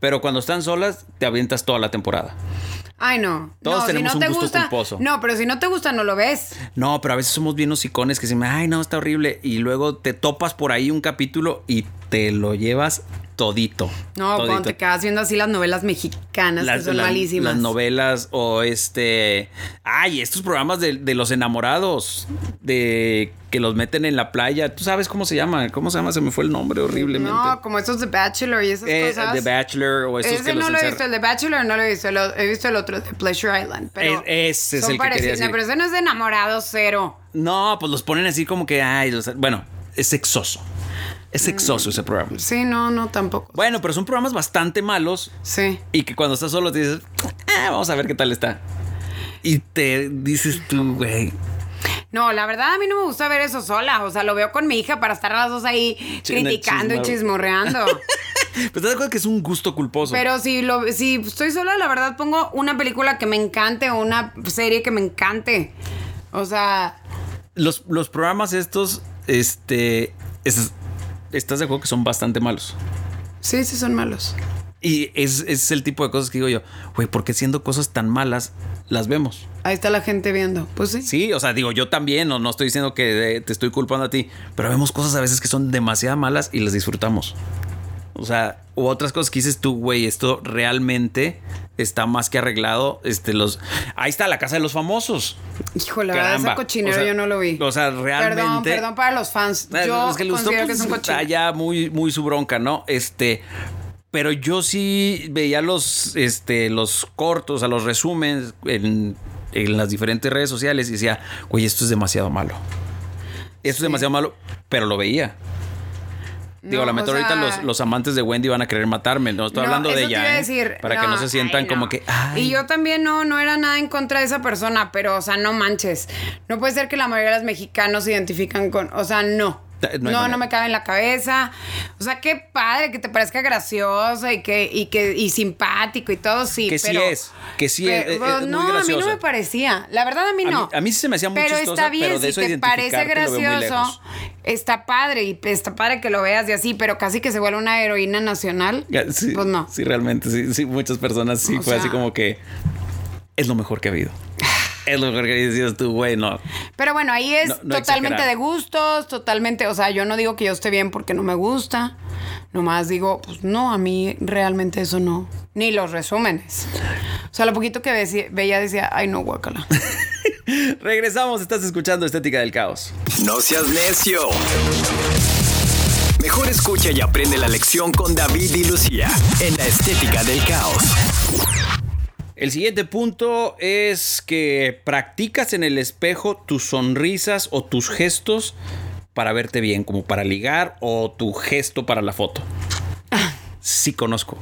Speaker 1: pero cuando están solas te avientas toda la temporada.
Speaker 2: Ay, no.
Speaker 1: Todos
Speaker 2: no,
Speaker 1: tenemos
Speaker 2: si no
Speaker 1: un
Speaker 2: te
Speaker 1: gusto
Speaker 2: gusta,
Speaker 1: culposo.
Speaker 2: No, pero si no te gusta, no lo ves.
Speaker 1: No, pero a veces somos bien hocicones que se me, ay, no, está horrible. Y luego te topas por ahí un capítulo y te lo llevas todito.
Speaker 2: No,
Speaker 1: todito.
Speaker 2: cuando te quedas viendo así las novelas mexicanas, que son malísimas.
Speaker 1: las novelas o este. Ay, estos programas de, de los enamorados. De que los meten en la playa. ¿Tú sabes cómo se llama? ¿Cómo se llama? Se me fue el nombre horriblemente.
Speaker 2: No, como esos de Bachelor y esas
Speaker 1: Eh,
Speaker 2: cosas.
Speaker 1: The Bachelor o estos
Speaker 2: Ese
Speaker 1: Pues que los
Speaker 2: no lo he
Speaker 1: encerra-
Speaker 2: visto, el de Bachelor no lo he visto, lo- he visto el otro, de Pleasure Island. Pero
Speaker 1: Es- ese es
Speaker 2: son
Speaker 1: el que quería
Speaker 2: parecidos,
Speaker 1: decir.
Speaker 2: no, pero ese no es de enamorado cero.
Speaker 1: No, pues los ponen así como que. Ay, los- bueno, es sexoso. Es
Speaker 2: Mm.
Speaker 1: sexoso ese programa.
Speaker 2: Sí, no, no, tampoco.
Speaker 1: Bueno, pero son programas bastante malos.
Speaker 2: Sí.
Speaker 1: Y que cuando estás solo te dices, "Ah, vamos a ver qué tal está. Y te dices tú, güey.
Speaker 2: No, la verdad a mí no me gusta ver eso sola. O sea, lo veo con mi hija para estar las dos ahí
Speaker 1: Chisme-
Speaker 2: criticando y
Speaker 1: chismar.
Speaker 2: chismorreando.
Speaker 1: (laughs)
Speaker 2: (laughs)
Speaker 1: Pero Pues te das cuenta que es un gusto culposo.
Speaker 2: Pero si, lo, si estoy sola, la verdad pongo una película que me encante o una serie que me encante. O sea,
Speaker 1: los, los programas estos, este, es- estás de acuerdo que son bastante malos.
Speaker 2: sí, sí son malos.
Speaker 1: Y es, es el tipo de cosas que digo yo, güey, ¿por qué siendo cosas tan malas las vemos?
Speaker 2: Ahí está la gente viendo. Pues sí.
Speaker 1: Sí, o sea, digo, yo también, no, no estoy diciendo que eh, te estoy culpando a ti, pero vemos cosas a veces que son demasiado malas y las disfrutamos. O sea, u otras cosas que dices tú, güey, esto realmente está más que arreglado. Este, los. Ahí está la casa de los famosos.
Speaker 2: Híjole, la verdad,
Speaker 1: Caramba.
Speaker 2: ese cochinero
Speaker 1: O sea,
Speaker 2: yo no lo vi.
Speaker 1: o sea,
Speaker 2: Perdón,
Speaker 1: realmente-
Speaker 2: perdón para los fans. Yo
Speaker 1: los que les gustó,
Speaker 2: considero que
Speaker 1: pues,
Speaker 2: es un
Speaker 1: está
Speaker 2: cochinero.
Speaker 1: ya muy, muy su bronca, ¿no? Este. Pero yo sí veía los, este, los cortos, a los resúmenes en, en las diferentes redes sociales y decía, güey, esto es demasiado malo. Esto es demasiado malo, pero lo veía. Digo,
Speaker 2: No,
Speaker 1: la meto
Speaker 2: o sea-
Speaker 1: ahorita los, los amantes de Wendy van a querer matarme. No estoy
Speaker 2: No,
Speaker 1: hablando de
Speaker 2: eso te
Speaker 1: ella.
Speaker 2: iba a
Speaker 1: ¿eh?
Speaker 2: decir,
Speaker 1: Para que no se sientan
Speaker 2: ay,
Speaker 1: como
Speaker 2: no.
Speaker 1: que. "Ay,
Speaker 2: Y yo también no, no era nada en contra de esa persona, pero, o sea, no manches. No puede ser que la mayoría de los mexicanos se identifican con. O sea, no.
Speaker 1: Ta- no
Speaker 2: No,
Speaker 1: hay
Speaker 2: no,
Speaker 1: manera.
Speaker 2: me cabe en la cabeza. O sea, qué padre que te parezca gracioso y que, y que, y simpático y todo, sí.
Speaker 1: Que sí
Speaker 2: pero- pues,
Speaker 1: es, que sí es, es- es muy
Speaker 2: no, a mí no
Speaker 1: gracioso.
Speaker 2: me parecía. La verdad, a mí
Speaker 1: A mí-
Speaker 2: no.
Speaker 1: a mí sí se me hacía muy
Speaker 2: Pero
Speaker 1: chistosa,
Speaker 2: está bien,
Speaker 1: pero de eso
Speaker 2: si te parece
Speaker 1: identificarte lo veo muy lejos.
Speaker 2: gracioso, está padre y está padre que lo veas y así, pero casi que se vuelve una heroína nacional.
Speaker 1: Ya, sí,
Speaker 2: pues no.
Speaker 1: Sí, realmente, sí, sí, muchas personas sí
Speaker 2: O
Speaker 1: fue así
Speaker 2: sea- Ah.
Speaker 1: como que es lo mejor que ha habido. Es lo mejor que ha habido tú, güey, no.
Speaker 2: Pero bueno, ahí es
Speaker 1: No- no
Speaker 2: totalmente
Speaker 1: exagerar.
Speaker 2: de gustos, totalmente, o sea, yo no digo que yo esté bien porque no me gusta, nomás digo, pues no, a mí realmente eso no, ni los resúmenes. O sea, lo poquito que ve- veía decía, ay no,
Speaker 1: (laughs)
Speaker 2: guacala.
Speaker 1: Regresamos, estás escuchando Estética del Caos.
Speaker 3: No seas necio. Mejor escucha y aprende la lección con David y Lucía en la estética del caos.
Speaker 1: El siguiente punto es que practicas en el espejo tus sonrisas o tus gestos para verte bien, como para ligar o tu gesto para la foto.
Speaker 2: Ah.
Speaker 1: Sí conozco.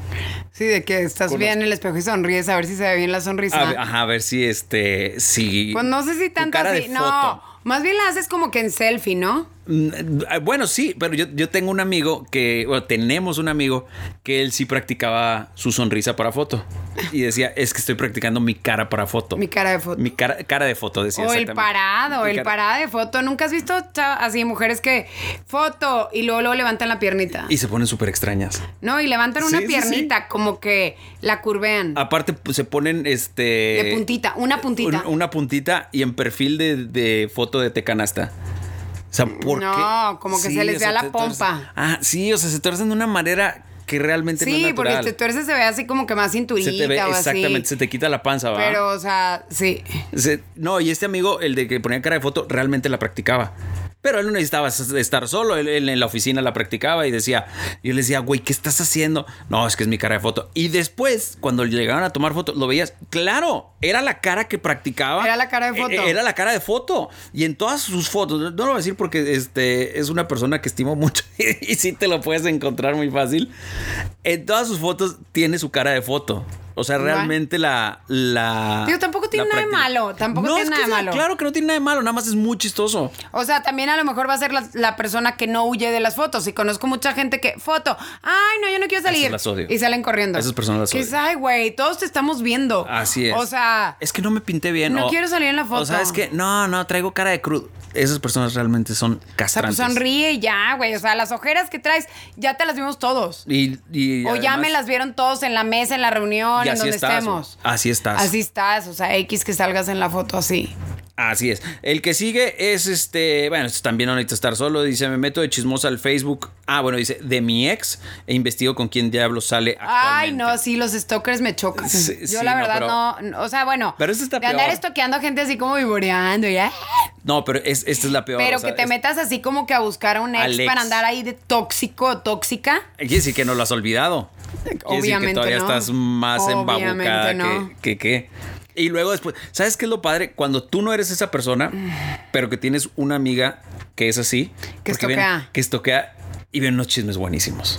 Speaker 2: Sí, de que estás
Speaker 1: Conozco.
Speaker 2: bien en el espejo y sonríes, a ver si se ve bien la sonrisa.
Speaker 1: A ver, ajá, a ver si este, si.
Speaker 2: Pues no sé si
Speaker 1: tu
Speaker 2: tanto
Speaker 1: cara de
Speaker 2: así. No,
Speaker 1: foto.
Speaker 2: más bien la haces como que en selfie, ¿no?
Speaker 1: Mm, eh, Bueno, sí, pero yo, yo tengo un amigo que, bueno, tenemos un amigo que él sí practicaba su sonrisa para foto. Y decía, es que estoy practicando mi cara para foto.
Speaker 2: Mi cara de foto.
Speaker 1: Oh, Mi cara, cara de foto, decía.
Speaker 2: o el
Speaker 1: exactamente.
Speaker 2: parado,
Speaker 1: Mi
Speaker 2: el
Speaker 1: cara-
Speaker 2: parado de foto. ¿Nunca has visto cha- así mujeres que foto y luego, luego levantan la piernita?
Speaker 1: Y se ponen súper extrañas.
Speaker 2: no, y levantan una
Speaker 1: Sí, sí,
Speaker 2: piernita, como que la curvean.
Speaker 1: Aparte, pues, se ponen este.
Speaker 2: de puntita, una puntita.
Speaker 1: un- una puntita y en perfil de, de foto de tecanasta. O sea, ¿por
Speaker 2: No,
Speaker 1: qué?
Speaker 2: como que se les
Speaker 1: o sea,
Speaker 2: vea la
Speaker 1: te tuercen.
Speaker 2: pompa.
Speaker 1: Ah, sí, o sea, se tuercen de una manera que realmente no es
Speaker 2: Sí, porque
Speaker 1: natural.
Speaker 2: te tuerces se ve así como que más cinturita
Speaker 1: se te ve
Speaker 2: o así.
Speaker 1: exactamente, se te quita la panza, ¿va?
Speaker 2: Pero, o sea, sí.
Speaker 1: Se- no, y este amigo, el de que ponía cara de foto, realmente la practicaba. Pero él no necesitaba s- estar solo, él, él en la oficina la practicaba y decía, yo le decía, güey, ¿qué estás haciendo? No, es que es mi cara de foto. Y después, cuando llegaron a tomar fotos, lo veías, claro, era la cara que practicaba.
Speaker 2: Era la cara de foto.
Speaker 1: E- e- Era la cara de foto. Y en todas sus fotos, no lo voy a decir porque este, es una persona que estimo mucho (laughs) y sí te lo puedes encontrar muy fácil. En todas sus fotos tiene su cara de foto. O sea,
Speaker 2: Va.
Speaker 1: realmente la, la,
Speaker 2: Digo, tampoco tiene
Speaker 1: Ah, la
Speaker 2: nada de
Speaker 1: práctica.
Speaker 2: malo, tampoco
Speaker 1: No,
Speaker 2: tiene
Speaker 1: es que
Speaker 2: nada de
Speaker 1: sea-
Speaker 2: malo.
Speaker 1: Claro que no tiene nada de malo, nada más es muy chistoso.
Speaker 2: O sea, también a lo mejor va a ser la, la persona que no huye de las fotos. Y conozco mucha gente que, foto, ay, no, yo no quiero salir.
Speaker 1: Esas las odio.
Speaker 2: Y salen corriendo.
Speaker 1: A esas personas las
Speaker 2: Que
Speaker 1: odio.
Speaker 2: dices, ay, güey, todos te estamos viendo.
Speaker 1: Así es.
Speaker 2: O sea,
Speaker 1: es que no me pinté bien.
Speaker 2: no
Speaker 1: o-
Speaker 2: quiero salir en la foto.
Speaker 1: O sea, es que no, no, traigo cara de crudo. Esas personas realmente son
Speaker 2: o sea, pues
Speaker 1: castrantes.
Speaker 2: sonríe y ya, güey. O sea, las ojeras que traes, ya te las vimos todos.
Speaker 1: Y, y
Speaker 2: o ya
Speaker 1: además-
Speaker 2: me las vieron todos en la mesa, en la reunión,
Speaker 1: Y
Speaker 2: en
Speaker 1: así
Speaker 2: donde
Speaker 1: estás,
Speaker 2: estemos.
Speaker 1: así estás.
Speaker 2: Así estás. O sea, X que salgas en la foto así.
Speaker 1: Así es. El que sigue es este. Bueno, esto también no necesita estar solo. Dice: Me meto de chismosa al Facebook. Ah, bueno, dice: De mi ex. E investigo con quién diablo sale.
Speaker 2: Ay,
Speaker 1: actualmente.
Speaker 2: no, sí, los stalkers me chocan.
Speaker 1: Sí,
Speaker 2: Yo
Speaker 1: sí,
Speaker 2: la
Speaker 1: no,
Speaker 2: verdad
Speaker 1: pero-
Speaker 2: no, n- O sea, bueno,
Speaker 1: Pero eso está
Speaker 2: de andar
Speaker 1: peor.
Speaker 2: estoqueando gente así como vivoreando, y, ah,
Speaker 1: No, pero es- esta es la peor.
Speaker 2: Pero
Speaker 1: o sea,
Speaker 2: que te
Speaker 1: es-
Speaker 2: metas así como que a buscar a un ex
Speaker 1: Al ex.
Speaker 2: para andar ahí de tóxico o tóxica.
Speaker 1: Quiere decir que no lo has olvidado. Quiere decir
Speaker 2: Obviamente
Speaker 1: que todavía
Speaker 2: no.
Speaker 1: estás más
Speaker 2: Obviamente
Speaker 1: embabucada
Speaker 2: no.
Speaker 1: que, que qué. Y luego después, ¿sabes qué es lo padre? Cuando tú no eres esa persona, pero que tienes una amiga que es así,
Speaker 2: Que
Speaker 1: porque viene-
Speaker 2: estoquea.
Speaker 1: que estoquea y ven unos chismes buenísimos.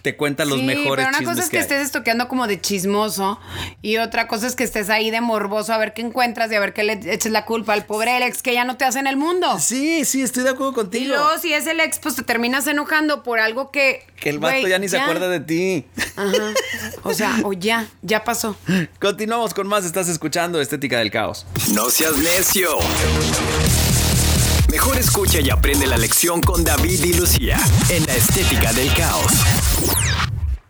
Speaker 1: Te cuenta los
Speaker 2: sí,
Speaker 1: mejores
Speaker 2: pero una
Speaker 1: chismes
Speaker 2: cosa es que,
Speaker 1: que hay.
Speaker 2: estés estoqueando como de chismoso y otra cosa es que estés ahí de morboso a ver qué encuentras y a ver qué le eches la culpa al pobre ex que ya no te hace en el mundo.
Speaker 1: Sí, sí, estoy de acuerdo
Speaker 2: Y
Speaker 1: contigo.
Speaker 2: luego si es el ex, pues te terminas enojando por algo que...
Speaker 1: Que el vato
Speaker 2: güey,
Speaker 1: ya ni se acuerda de ti. (laughs)
Speaker 2: Ajá. O sea, o ya, ya pasó.
Speaker 1: Continuamos con más. Estás escuchando Estética del Caos.
Speaker 3: No seas necio. Mejor escucha y aprende la lección con David y Lucía en la estética del caos.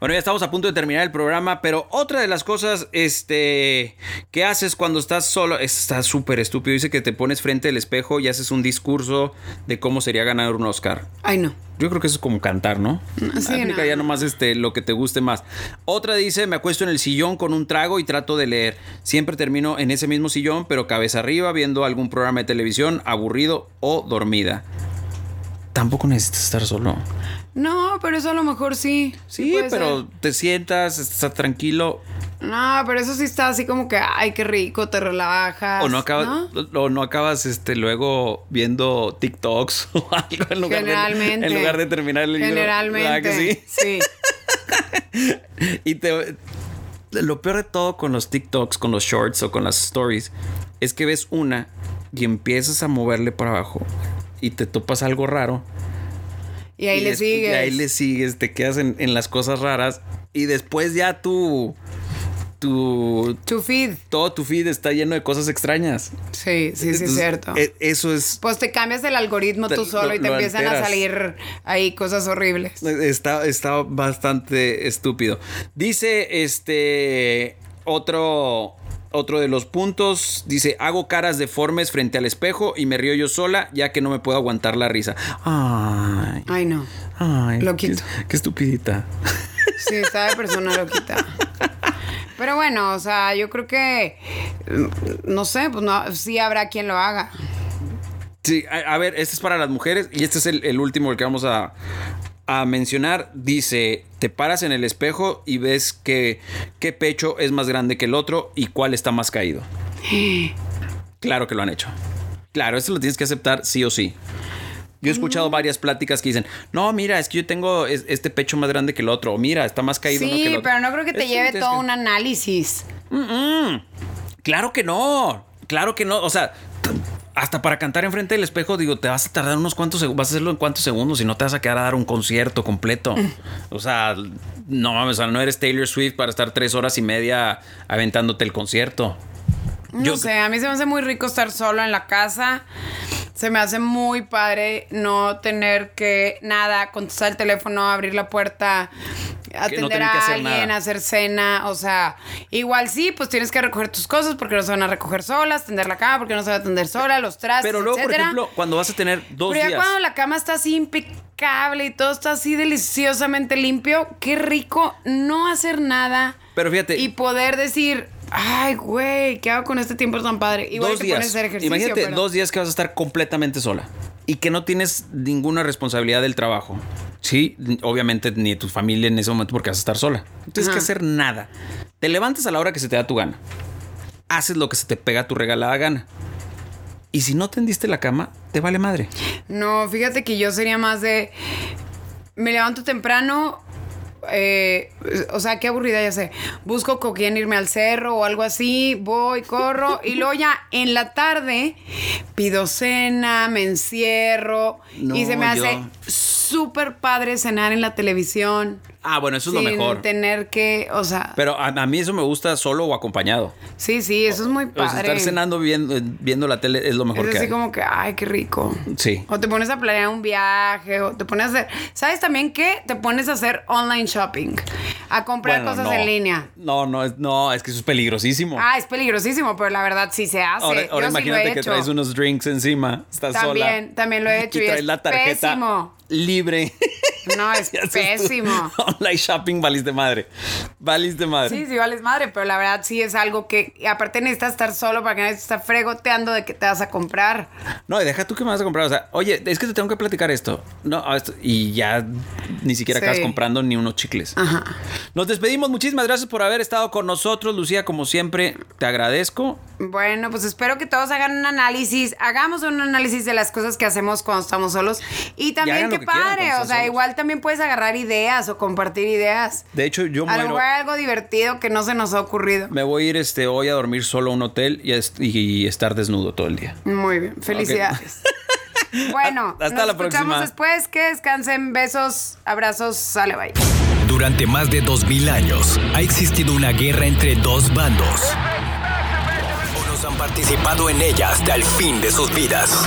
Speaker 1: Bueno, ya estamos a punto de terminar el programa, pero otra de las cosas este, que haces cuando estás solo, está súper estúpido, dice que te pones frente al espejo y haces un discurso de cómo sería ganar un Oscar.
Speaker 2: Ay, no.
Speaker 1: Yo creo que eso es como cantar, ¿no?
Speaker 2: Sí,
Speaker 1: Aplica
Speaker 2: no.
Speaker 1: ya nomás este, lo que te guste más. Otra dice, me acuesto en el sillón con un trago y trato de leer. Siempre termino en ese mismo sillón, pero cabeza arriba, viendo algún programa de televisión, aburrido o dormida. Tampoco necesitas estar solo.
Speaker 2: No, pero eso a lo mejor sí.
Speaker 1: Sí,
Speaker 2: puede
Speaker 1: pero
Speaker 2: ser.
Speaker 1: te sientas, estás tranquilo.
Speaker 2: No, pero eso sí está así como que, ay, qué rico, te relajas.
Speaker 1: O no acabas,
Speaker 2: ¿no?
Speaker 1: o no acabas este, luego viendo TikToks (laughs) o algo en lugar,
Speaker 2: Generalmente.
Speaker 1: De, en lugar de terminar el libro. ¿Verdad
Speaker 2: Generalmente.
Speaker 1: que
Speaker 2: (laughs)
Speaker 1: sí?
Speaker 2: sí.
Speaker 1: Y te, lo peor de todo con los TikToks, con los shorts o con las stories, es que ves una y empiezas a moverle para abajo y te topas algo raro.
Speaker 2: Y ahí le
Speaker 1: des- (laughs)
Speaker 2: sigues.
Speaker 1: Y ahí le sigues, te quedas en, en las cosas raras y después ya tu, tu,
Speaker 2: Tu feed.
Speaker 1: todo tu feed está lleno de cosas extrañas.
Speaker 2: Sí, sí, sí, es
Speaker 1: Entonces,
Speaker 2: cierto.
Speaker 1: e- Eso es.
Speaker 2: pues te cambias el algoritmo
Speaker 1: Te-
Speaker 2: tú solo
Speaker 1: lo-
Speaker 2: y te
Speaker 1: lo
Speaker 2: empiezan a
Speaker 1: alteras.
Speaker 2: salir ahí cosas horribles.
Speaker 1: Está, está bastante estúpido. Dice este otro. Otro de los puntos dice, hago caras deformes frente al espejo y me río yo sola ya que no me puedo aguantar la risa. Ay,
Speaker 2: Ay, no.
Speaker 1: ay.
Speaker 2: Lo
Speaker 1: qué-
Speaker 2: quito.
Speaker 1: Qué, estupidita.
Speaker 2: Sí, está de persona loquita. Pero bueno, o sea, yo creo que. mm, No sé, pues no, sí habrá quien lo haga.
Speaker 1: Sí, a, a ver, este es para las mujeres y este es el, el último el que vamos a, a mencionar. Dice, te paras en el espejo y ves que qué pecho es más grande que el otro y cuál está más
Speaker 2: (gasps)
Speaker 1: caído. Claro que lo han hecho. Claro, eso lo tienes que aceptar sí o sí. Yo he
Speaker 2: Mm.
Speaker 1: escuchado varias pláticas que dicen, no, mira, es que yo tengo es- este pecho más grande que el otro, o mira, está más caído. uno que el
Speaker 2: Sí,
Speaker 1: otro".
Speaker 2: pero no creo que te
Speaker 1: Eso
Speaker 2: lleve
Speaker 1: tienes
Speaker 2: todo
Speaker 1: que-
Speaker 2: un análisis.
Speaker 1: Mm-mm. Mm, Claro que no. Claro que no. O sea, t- hasta para cantar enfrente del espejo, digo, te vas a tardar unos cuantos segundos. Vas a hacerlo en cuántos segundos y no te vas a quedar a dar un concierto
Speaker 2: (laughs)
Speaker 1: completo. O sea, no mames, o sea, no eres Taylor Swift para estar tres horas y media aventándote el concierto.
Speaker 2: No
Speaker 1: Yo-
Speaker 2: sé, a mí se me hace muy rico estar solo en la casa. Se me hace muy padre no tener que nada, contestar el teléfono, abrir la puerta,
Speaker 1: no
Speaker 2: atender
Speaker 1: tener que
Speaker 2: a
Speaker 1: hacer
Speaker 2: alguien,
Speaker 1: nada.
Speaker 2: hacer cena, o sea, igual sí, pues tienes que recoger tus cosas porque no se van a recoger solas, tender la cama porque no se va a tender sola, los trastes,
Speaker 1: Pero luego, por
Speaker 2: etcétera.
Speaker 1: ejemplo, cuando vas a tener dos
Speaker 2: Pero ya
Speaker 1: días.
Speaker 2: cuando la cama está así impecable y todo está así deliciosamente limpio, qué rico no hacer nada.
Speaker 1: Pero fíjate-
Speaker 2: Y poder decir, ay, güey, ¿qué hago con este tiempo tan padre? Igual
Speaker 1: dos
Speaker 2: te
Speaker 1: días.
Speaker 2: pones a hacer ejercicio.
Speaker 1: Imagínate
Speaker 2: pero-
Speaker 1: dos días que vas a estar completamente sola y que no tienes ninguna responsabilidad del trabajo. Sí, obviamente ni de tu familia en ese momento porque vas a estar sola. No tienes que
Speaker 2: Ajá.
Speaker 1: hacer nada. Te levantas a la hora que se te da tu gana. Haces lo que se te pega tu regalada gana. Y si no tendiste la cama, te vale madre.
Speaker 2: No, fíjate que yo sería más de. Me levanto temprano. eh, o sea, qué aburrida ya sé. Busco con quién irme al cerro o algo así. Voy, corro. y luego ya en la tarde pido cena, me encierro.
Speaker 1: No,
Speaker 2: y se me
Speaker 1: yo-
Speaker 2: hace súper padre cenar en la televisión.
Speaker 1: Ah, bueno, eso es lo
Speaker 2: sin
Speaker 1: mejor.
Speaker 2: tener que, o sea,
Speaker 1: Pero a, a mí eso me gusta solo o acompañado.
Speaker 2: sí, sí, eso es muy
Speaker 1: O sea,
Speaker 2: padre.
Speaker 1: estar cenando viendo, viendo la tele es lo mejor
Speaker 2: Es
Speaker 1: que
Speaker 2: así
Speaker 1: hay.
Speaker 2: como que, ay, qué rico.
Speaker 1: Sí.
Speaker 2: O te pones a planear un viaje, o te pones a hacer. ¿Sabes también qué? Te pones a hacer online shopping, a comprar
Speaker 1: Bueno,
Speaker 2: cosas
Speaker 1: no.
Speaker 2: en línea.
Speaker 1: No, no, es- no, es que eso es peligrosísimo.
Speaker 2: Ah, es peligrosísimo, pero la verdad sí se hace.
Speaker 1: Ahora, ahora
Speaker 2: Yo Ah, sí lo
Speaker 1: imagínate
Speaker 2: he
Speaker 1: que
Speaker 2: hecho.
Speaker 1: traes unos drinks encima, estás
Speaker 2: También,
Speaker 1: sola.
Speaker 2: también lo he hecho y
Speaker 1: Y traes
Speaker 2: es
Speaker 1: la tarjeta
Speaker 2: pésimo.
Speaker 1: libre. (laughs)
Speaker 2: No, es
Speaker 1: Y haces tu
Speaker 2: pésimo.
Speaker 1: Online shopping, valiste madre. Valiste madre.
Speaker 2: Sí, sí, vales madre, pero la verdad sí es algo que. y aparte necesitas estar solo para que nadie te está fregoteando de que te vas a comprar.
Speaker 1: No, y deja tú que me vas a comprar. O sea, oye, es que te tengo que platicar esto. No, ah, esto- y ya ni siquiera
Speaker 2: Sí.
Speaker 1: acabas comprando ni unos chicles. Nos despedimos. Muchísimas gracias por haber estado con nosotros, Lucía. Como siempre, te agradezco.
Speaker 2: Bueno, pues espero que todos hagan un análisis, hagamos un análisis de las cosas que hacemos cuando estamos solos. Y también
Speaker 1: hagan lo
Speaker 2: que
Speaker 1: que quieran
Speaker 2: padre,
Speaker 1: cuando
Speaker 2: o
Speaker 1: están
Speaker 2: sea,
Speaker 1: solos.
Speaker 2: igual también puedes agarrar ideas o compartir ideas.
Speaker 1: De hecho, yo
Speaker 2: a lo
Speaker 1: muero.
Speaker 2: mejor hay algo divertido que no se nos ha ocurrido.
Speaker 1: Me voy a ir este, hoy a dormir solo a un hotel y, a est- y estar desnudo todo el día.
Speaker 2: Muy bien,
Speaker 1: (laughs)
Speaker 2: felicidades. bueno,
Speaker 1: Hasta
Speaker 2: nos
Speaker 1: la
Speaker 2: escuchamos
Speaker 1: próxima.
Speaker 2: después, que descansen, besos, abrazos, sale bye.
Speaker 3: Durante más de 2000 años ha existido una guerra entre dos bandos. Unos han participado en ella hasta el fin de sus vidas.